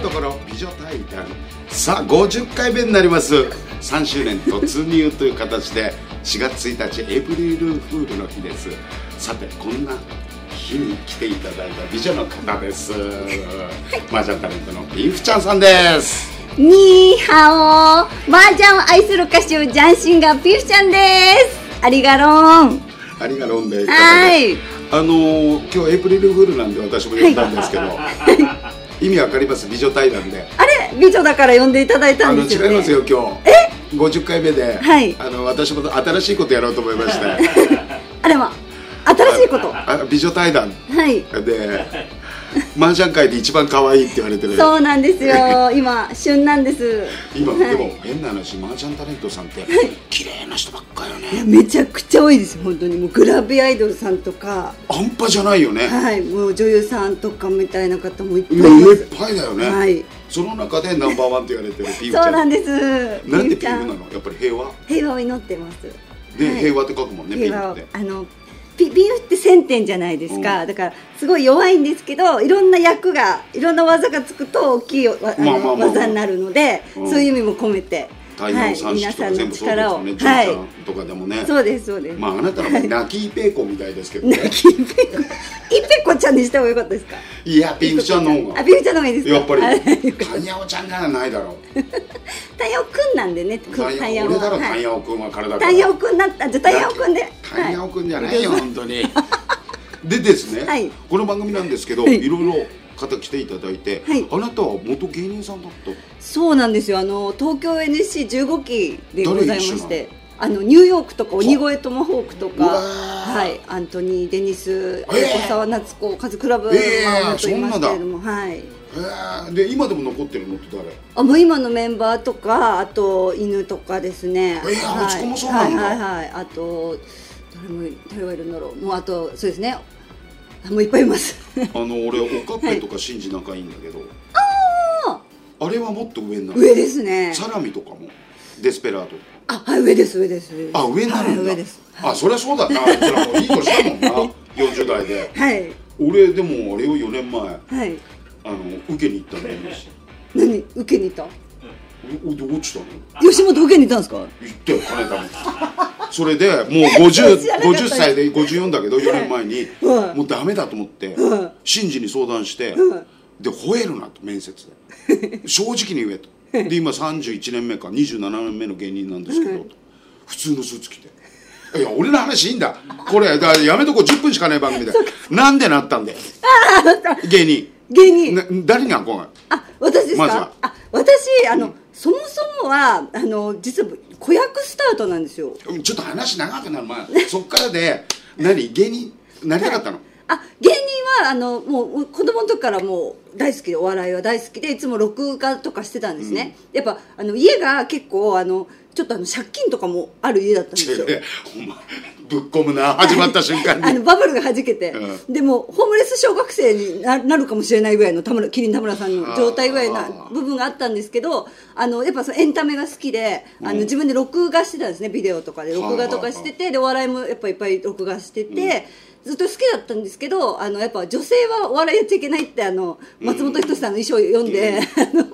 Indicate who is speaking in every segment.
Speaker 1: ところ美女対談さあ50回目になります3周年突入という形で4月1日エブリルフールの日ですさてこんな日に来ていただいた美女の方です麻雀タレントのビーフちゃんさんです
Speaker 2: ニーハオ麻雀を愛する歌手ジャンシンガーピフちゃんですありがろん
Speaker 1: ありがとうね
Speaker 2: はい
Speaker 1: あのー今日エイプリルフールなんで私も呼んだんですけど、意味わかります美女対談で
Speaker 2: あれ美女だから呼んでいただいた
Speaker 1: あ
Speaker 2: ん
Speaker 1: の
Speaker 2: ですよ、
Speaker 1: 違い
Speaker 2: ね、
Speaker 1: ますよ今日え50回目で、
Speaker 2: はい
Speaker 1: あの私も新しいことやろうと思いまして
Speaker 2: あれは新しいことは
Speaker 1: あの美女対談
Speaker 2: い
Speaker 1: で麻雀界で一番可愛いって言われてる
Speaker 2: そうなんですよ今旬なんです
Speaker 1: 今、
Speaker 2: はい
Speaker 1: でも変な話麻雀タレントさんって綺麗な人ばっかよね
Speaker 2: めちゃくちゃ多いです本当にもうグラビアアイドルさんとか
Speaker 1: アンパじゃないよね、
Speaker 2: はいもう女優さんとかみたいな方もいっぱいい
Speaker 1: 今
Speaker 2: ま
Speaker 1: い
Speaker 2: す
Speaker 1: っぱいだよね、
Speaker 2: はい
Speaker 1: その中でナンバーワンって言われてるピーちゃ
Speaker 2: そうなんんです
Speaker 1: なんで
Speaker 2: み
Speaker 1: ピ
Speaker 2: ゆち
Speaker 1: ー
Speaker 2: ゃ
Speaker 1: なの
Speaker 2: ん
Speaker 1: やっぱり平和
Speaker 2: 平和を祈ってます
Speaker 1: で、
Speaker 2: はい
Speaker 1: 平和って書くもんね、ピ
Speaker 2: 平
Speaker 1: ン
Speaker 2: 和
Speaker 1: って。
Speaker 2: あのピビーフって1000点じゃないですか、
Speaker 1: うん
Speaker 2: だからすごい弱いんですけどいろんな役がいろんな技がつくと大きいわあ
Speaker 1: まあまあまあ
Speaker 2: の
Speaker 1: まあ
Speaker 2: 技になるので、
Speaker 1: うん
Speaker 2: そういう意味も込めて、
Speaker 1: 太陽
Speaker 2: はい、
Speaker 1: 三
Speaker 2: 皆
Speaker 1: 式と
Speaker 2: さ
Speaker 1: か
Speaker 2: ん
Speaker 1: 全
Speaker 2: の
Speaker 1: 部そうです
Speaker 2: 力
Speaker 1: よ
Speaker 2: を
Speaker 1: ね、純ち
Speaker 2: は
Speaker 1: ゃ
Speaker 2: い
Speaker 1: んとかでもね。
Speaker 2: そうですそうです、
Speaker 1: まああなたらもう泣きいペーコみたいですけ どね
Speaker 2: 泣。きいっぺこいっぺこちゃんにした方がよかったですか
Speaker 1: いや、ピンクちゃんの方
Speaker 2: あ
Speaker 1: が。
Speaker 2: ビーフちゃんの方がいいですか
Speaker 1: やっぱり、
Speaker 2: あ
Speaker 1: タンヤオちゃんならないだろう。
Speaker 2: 太陽くんなんでねく
Speaker 1: タンヤオ俺だろ、タンヤオくんは体
Speaker 2: 太陽くんなったじゃあ太陽くんで
Speaker 1: タンヤ
Speaker 2: は
Speaker 1: オくんじゃないよ、本当に。 でですね、
Speaker 2: はい
Speaker 1: この番組なんですけど、
Speaker 2: はいい
Speaker 1: ろいろ方来ていただいて、
Speaker 2: はい
Speaker 1: あなたは元芸人さんだった。
Speaker 2: そうなんですよ。あの東京 NSC15 期でございまし
Speaker 1: 誰一緒
Speaker 2: て、あのニューヨークとか鬼越トマホークとか、
Speaker 1: うわー
Speaker 2: はい、アントニーデニス、
Speaker 1: えー
Speaker 2: 横澤夏子、カズクラブ、
Speaker 1: えー
Speaker 2: まあ本当いますけれども、はい。
Speaker 1: へえで、今でも残ってるのって誰
Speaker 2: あもう今のメンバーとかあと犬とかですね。
Speaker 1: えーあ落ち込もそうな
Speaker 2: は
Speaker 1: ん
Speaker 2: い
Speaker 1: だ
Speaker 2: はいはいはい。あと誰も誰がいるんだろう。もうあとそうですね。あもういっぱいいます。
Speaker 1: あの、俺、オカッペとかシンジ仲いいんだけど。あれはもっと上になる。
Speaker 2: 上ですね。
Speaker 1: サラミとかもデスペラード
Speaker 2: あはい上です上です上です。
Speaker 1: あ上になるんだ、
Speaker 2: はい上です。
Speaker 1: あそりゃそうだ なあいつらもいい年だもんな40代で
Speaker 2: はい
Speaker 1: 俺でもあれを4年前あ
Speaker 2: はい。
Speaker 1: の受けに行ったんだよ
Speaker 2: 何受けに行った？
Speaker 1: おで落ちたの
Speaker 2: 吉本受けに行ったんですか
Speaker 1: 行ったよ金田もそれでもう 50,
Speaker 2: 知らなかった
Speaker 1: 50歳で54だけど4年前に、
Speaker 2: はい
Speaker 1: もうダメだと思って、
Speaker 2: うん
Speaker 1: シンジに相談して、
Speaker 2: うん
Speaker 1: で吠えるなと面接 で正直に言えとで今31年目か27年目の芸人なんですけど、普通のスーツ着ていや俺の話いいんだこれだからやめとこう10分しかない番組でなんでなったんだよ芸人
Speaker 2: 芸人、
Speaker 1: な誰に憧れ
Speaker 2: あ私ですか、
Speaker 1: まずは
Speaker 2: あ私あの、そもそもはあの実は子役スタートなんですよ
Speaker 1: うんちょっと話長くなる前そっからで何芸人なりたかったの、
Speaker 2: あ芸人はあのもう子供の時からもう大好きでお笑いは大好きでいつも録画とかしてたんですね、やっぱあの家が結構あのちょっとあの借金とかもある家だったんですよ
Speaker 1: お前ぶっ込むな始まった瞬間
Speaker 2: あ
Speaker 1: に
Speaker 2: のバブルがはじけて、
Speaker 1: う
Speaker 2: でもホームレス小学生にななるかもしれないぐらいの田村麒麟田村さんの状態ぐらい
Speaker 1: あ
Speaker 2: な
Speaker 1: ー
Speaker 2: 部分があったんですけどあのやっぱそのエンタメが好きであの、
Speaker 1: うん
Speaker 2: 自分で録画してたんですねビデオとかで録画とかしててでお笑いもやっぱいっぱい録画してて。ずっと好きだったんですけどあのやっぱ女性はお笑いやっちゃいけないってあの松本人志さんの衣装を読んで、あの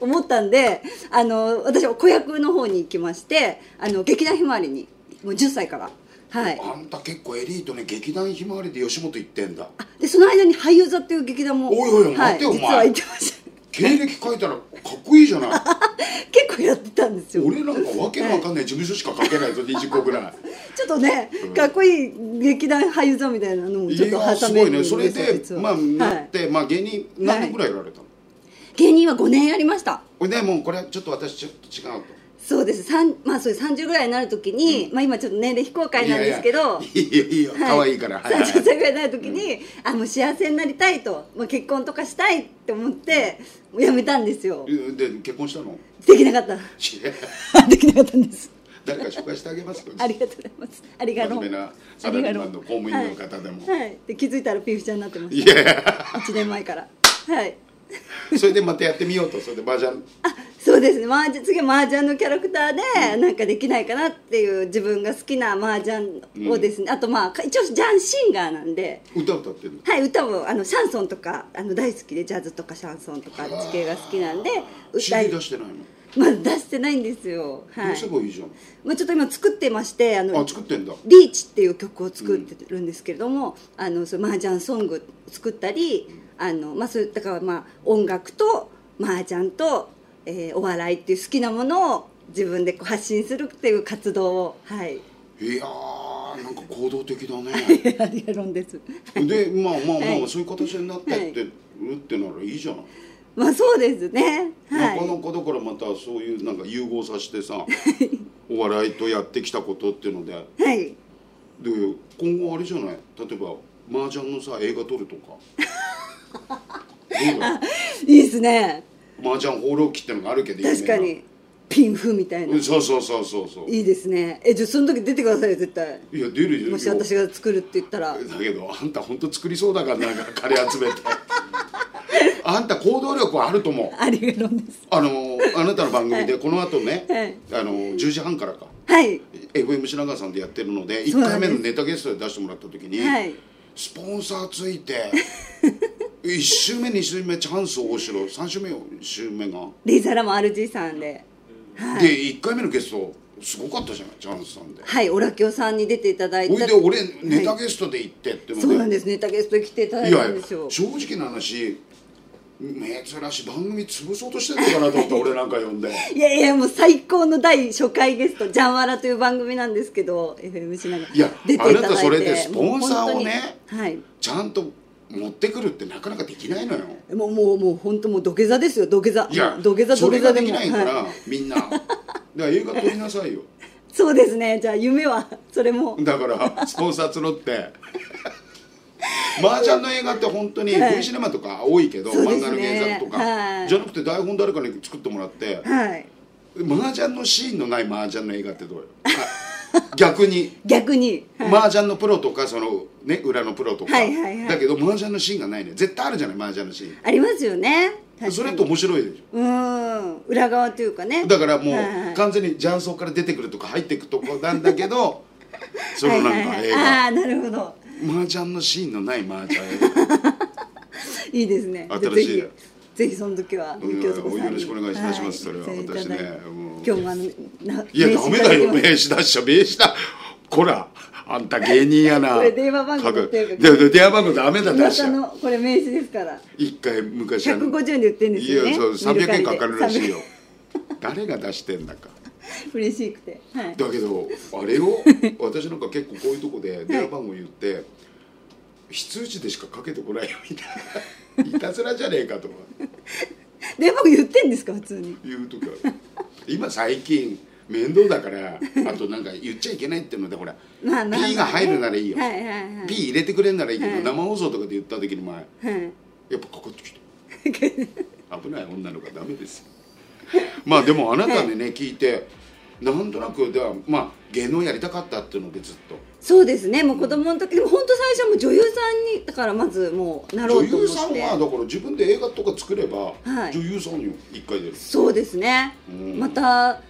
Speaker 2: 思ったんであの私は子役の方に行きましてあの劇団ひまわりにもう10歳からはい
Speaker 1: あんた結構エリートね劇団ひまわりで吉本行ってんだ
Speaker 2: でその間に俳優座っていう劇団も
Speaker 1: おいおいおい
Speaker 2: は
Speaker 1: 待てよお前
Speaker 2: 実は行ってました
Speaker 1: 経歴書いたらかっこいいじゃない
Speaker 2: 結構やってたんですよ
Speaker 1: 俺なんかわけのわかんない事務所しか書けないぞ20個ぐらい
Speaker 2: ちょっとねかっこいい劇団俳優座みたいなのも
Speaker 1: い
Speaker 2: ちょっと
Speaker 1: や
Speaker 2: 挟
Speaker 1: す
Speaker 2: め
Speaker 1: ご
Speaker 2: る
Speaker 1: い
Speaker 2: んで
Speaker 1: ねそれ
Speaker 2: すよ
Speaker 1: で
Speaker 2: 実は
Speaker 1: まあ
Speaker 2: は
Speaker 1: ないっ、てまあ芸人何年ぐらいやられたの
Speaker 2: 芸人は5年やりました
Speaker 1: ほいでもうこれはちょっと私ちょっと違うと
Speaker 2: そうです三まあそうです30ぐらいになるときに、まあ今ちょっと年齢非公開なんですけど
Speaker 1: いいよいいよ可愛いからはいはい
Speaker 2: 30歳ぐらいになるときに、あもう幸せになりたいと、まあ、結婚とかしたいって思ってもうやめたんですよ
Speaker 1: で結婚した の
Speaker 2: できなかったできなかったんです
Speaker 1: 誰か紹介してあげます
Speaker 2: ありがとうございますありがと
Speaker 1: 真
Speaker 2: う
Speaker 1: 面目なサラリーマンの公務員の方でも
Speaker 2: はい、はいで気づいたらピーフちゃんになってまし
Speaker 1: いや
Speaker 2: た1年前からはい
Speaker 1: それでまたやってみようとそれで麻雀
Speaker 2: あそうですね麻雀次は麻雀のキャラクターでなんかできないかなっていう自分が好きな麻雀をですね、あとまあ一応ジャンシンガーなんで
Speaker 1: 歌歌ってるの
Speaker 2: はい歌もあのシャンソンとかあの大好きでジャズとかシャンソンとかあっち系が好きなんで歌
Speaker 1: CD
Speaker 2: い
Speaker 1: 出してないの、
Speaker 2: まだ出してないんですよは
Speaker 1: ど
Speaker 2: いう
Speaker 1: せばいいじゃん
Speaker 2: まあ、ちょっと今作ってましてあの
Speaker 1: あ作ってんだ
Speaker 2: リーチっていう曲を作ってるんですけれども、あのそう麻雀ソング作ったりあのまあそういったからまあ音楽と麻雀と、えーお笑いっていう好きなものを自分でこう発信するっていう活動をはい
Speaker 1: いやーなんか行動的だね
Speaker 2: やるんです。
Speaker 1: でまあまあまあ、
Speaker 2: はい
Speaker 1: そういう形になってって、るってならいいじゃない、
Speaker 2: まあそうですね。は。
Speaker 1: なかないかだからまたそういうなんか融合させてさお笑いとやってきたことっていうので
Speaker 2: はい。
Speaker 1: で今後あれじゃない例えば麻雀のさ映画撮るとかどう だ
Speaker 2: いいですね。
Speaker 1: 麻雀放浪記ってのがあるけど有名な
Speaker 2: 確かにピンフみたいな。
Speaker 1: うん
Speaker 2: い
Speaker 1: そうそうそうそうそう
Speaker 2: いですね。えじゃあその時出てくださいよ絶対。
Speaker 1: いや出るよ
Speaker 2: もし私が作るって言ったら。
Speaker 1: だけどあんた本当作りそうだからなんか金集 めてあんた行動力はあると思う
Speaker 2: ありがとうです。
Speaker 1: あのあなたの番組でこの後ね、
Speaker 2: は
Speaker 1: あの10時半からか
Speaker 2: はい。
Speaker 1: FM 品川さんでやってるので
Speaker 2: そう
Speaker 1: 1
Speaker 2: な
Speaker 1: 回
Speaker 2: ん
Speaker 1: 目
Speaker 2: です
Speaker 1: のネタゲストで出してもらった時に、
Speaker 2: はい。
Speaker 1: スポンサーつい て1週目2週目チャンス大城3週目4週目が、
Speaker 2: レイザーラも RG さんで。はい。
Speaker 1: で1回目のゲストすごかったじゃないチャンスさんで
Speaker 2: はい、オラキオさんに出ていただい
Speaker 1: おい
Speaker 2: た。
Speaker 1: で俺ネタゲストで行ってっての
Speaker 2: そうなんですね。ネタゲストに来ていただ
Speaker 1: い
Speaker 2: い
Speaker 1: や
Speaker 2: た
Speaker 1: い
Speaker 2: ん
Speaker 1: や
Speaker 2: ですよ。
Speaker 1: 正直な話珍しい番組潰そうとしてるのかなと思って俺なんか呼んで
Speaker 2: いやいやもう最高の第初回ゲスト「ジャンワラ」という番組なんですけど FM しながら
Speaker 1: いや
Speaker 2: 出ていただいて
Speaker 1: あなたそれでスポンサーをね
Speaker 2: もう本当にはい
Speaker 1: ちゃんと持ってくるってなかなかできないのよ
Speaker 2: もうもうもう本当もう土下座ですよ土下座
Speaker 1: いや
Speaker 2: もう土下座
Speaker 1: そ
Speaker 2: 土
Speaker 1: れ
Speaker 2: 下
Speaker 1: が
Speaker 2: 座で
Speaker 1: で
Speaker 2: も
Speaker 1: きないから、
Speaker 2: はい、
Speaker 1: みんなだから映画撮りなさいよ
Speaker 2: そうですねじゃあ夢はそれも
Speaker 1: だからスポンサー募って麻雀の映画って本当に
Speaker 2: はい
Speaker 1: V シネマとか多いけど、
Speaker 2: そうで
Speaker 1: 漫
Speaker 2: す
Speaker 1: 画の
Speaker 2: ね
Speaker 1: 原作とか、
Speaker 2: はい
Speaker 1: じゃなくて台本誰かに作ってもらって
Speaker 2: はい
Speaker 1: 麻雀のシーンのない麻雀の映画ってどうよあ逆に
Speaker 2: 逆に、はい
Speaker 1: 麻雀のプロとかそのね裏のプロとか、
Speaker 2: はいはいはい
Speaker 1: だけど麻雀のシーンがないね絶対あるじゃない麻雀のシ
Speaker 2: ありますよね
Speaker 1: ーンそれ
Speaker 2: 確
Speaker 1: っ
Speaker 2: か
Speaker 1: て
Speaker 2: に
Speaker 1: 面白いでし
Speaker 2: うーん裏側というかね
Speaker 1: ょだからも
Speaker 2: はいは
Speaker 1: う
Speaker 2: い
Speaker 1: 完全に雀荘から出てくるとか入ってくとこなんだけどそのなんか
Speaker 2: はいはい
Speaker 1: 映
Speaker 2: はい
Speaker 1: 画
Speaker 2: ああなるほど
Speaker 1: 麻雀のシーンのない麻雀映
Speaker 2: いいですね
Speaker 1: 新しい
Speaker 2: じゃあぜひぜひその時は
Speaker 1: うん
Speaker 2: 右京子さんに
Speaker 1: よろしくお願いいたしますそれは
Speaker 2: 出演いただいて
Speaker 1: 私ねもう
Speaker 2: 今日もあのない
Speaker 1: やダメだよ名
Speaker 2: 名刺いただ
Speaker 1: 刺出
Speaker 2: きま
Speaker 1: しちゃ名刺だこらあんた芸人やな
Speaker 2: これ電話番号
Speaker 1: 各
Speaker 2: 持ってるから
Speaker 1: いやいや電話番号ダメだ出し
Speaker 2: す
Speaker 1: ち
Speaker 2: 噂
Speaker 1: ゃ
Speaker 2: のこれ名刺ですから
Speaker 1: 一回昔あの
Speaker 2: 150円で売ってるんですよね
Speaker 1: いやそう300円かかるらしいよ
Speaker 2: 見る
Speaker 1: 誰が出してんだか
Speaker 2: 限り嬉しくてはい
Speaker 1: だけどあれを私なんか結構こういうとこで電話番号言って、非通知でしかかけてこないよみた いないたずらじゃねえかとか
Speaker 2: 電話番号言ってんですか普通に
Speaker 1: 言うとか今最近面倒だからあとなんか言っちゃいけないっていうのでほら、
Speaker 2: まあまあまあ
Speaker 1: P が入るならいいよ、
Speaker 2: はいはいはい
Speaker 1: P 入れてくれんならいいけど、
Speaker 2: はい
Speaker 1: 生放送とかで言った時に前やっ
Speaker 2: はい
Speaker 1: ぱかかってきて危ない女の子はダメですよまあでもあなたに ね、聞いてなんとなくではまあ芸能やりたかったっていうのでずっと
Speaker 2: そうですねもう子供の時でも本当最初はもう女優さんにだからまずもうなろ
Speaker 1: 女
Speaker 2: うと思
Speaker 1: 優
Speaker 2: っ
Speaker 1: さん
Speaker 2: て
Speaker 1: はだから自分で映画とか作れば、
Speaker 2: はい
Speaker 1: 女優さんよ一回出る
Speaker 2: そうですね、
Speaker 1: うん
Speaker 2: また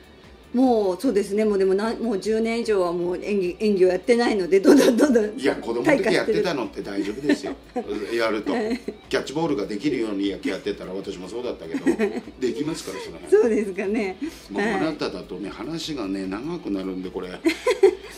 Speaker 2: もうそうですねもうでもなもう10年以上はもう演技演技をやってないのでどんどんどんどん
Speaker 1: いや子供の
Speaker 2: 退化
Speaker 1: 時や
Speaker 2: し
Speaker 1: って
Speaker 2: る
Speaker 1: たのって大丈夫です よやるとキャッチボールができるように野球やってたら私もそうだったけ どできますからその辺
Speaker 2: そうですかね、
Speaker 1: まあ、あ
Speaker 2: は、
Speaker 1: ないただとね話がね長くなるんでこれ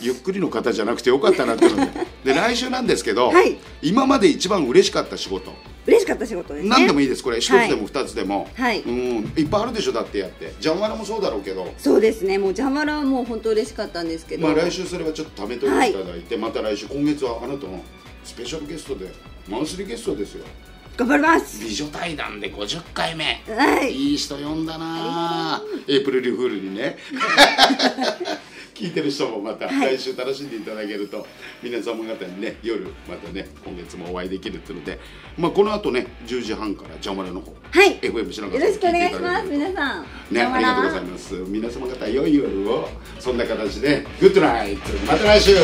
Speaker 1: ゆっくりの方じゃなくてよかったなってのでで来週なんですけど、
Speaker 2: はい
Speaker 1: 今まで一番嬉しかった仕事、
Speaker 2: 嬉しかった仕事ですね
Speaker 1: 何でもいいですこれ一つで
Speaker 2: は
Speaker 1: も二つでも、
Speaker 2: はい
Speaker 1: うんいっぱいあるでしょだってやってジャンワラもそうだろうけど
Speaker 2: そうですねもうジャマラはもう本当嬉しかったんですけど、
Speaker 1: まあ来週それはちょっと貯めといていただいて、また来週今月はあなたのスペシャルゲストでマンスリーゲストですよ
Speaker 2: 頑張ります
Speaker 1: 美女対談で50回目
Speaker 2: はい
Speaker 1: いい人呼んだなエイプリルフールに ね聞いてる人もまた来週楽しんでいただけると、皆様方にね夜またね今月もお会いできるっていうので、まあ、この後ね10時半からジャマラの方
Speaker 2: はい
Speaker 1: FM 白川
Speaker 2: よろ
Speaker 1: さん
Speaker 2: しくお願い
Speaker 1: 聞て
Speaker 2: し
Speaker 1: た
Speaker 2: ま
Speaker 1: だ
Speaker 2: す
Speaker 1: けると
Speaker 2: 皆さん
Speaker 1: ね、ありがとうございます皆様方良い夜をそんな形でグッドナイトまた来週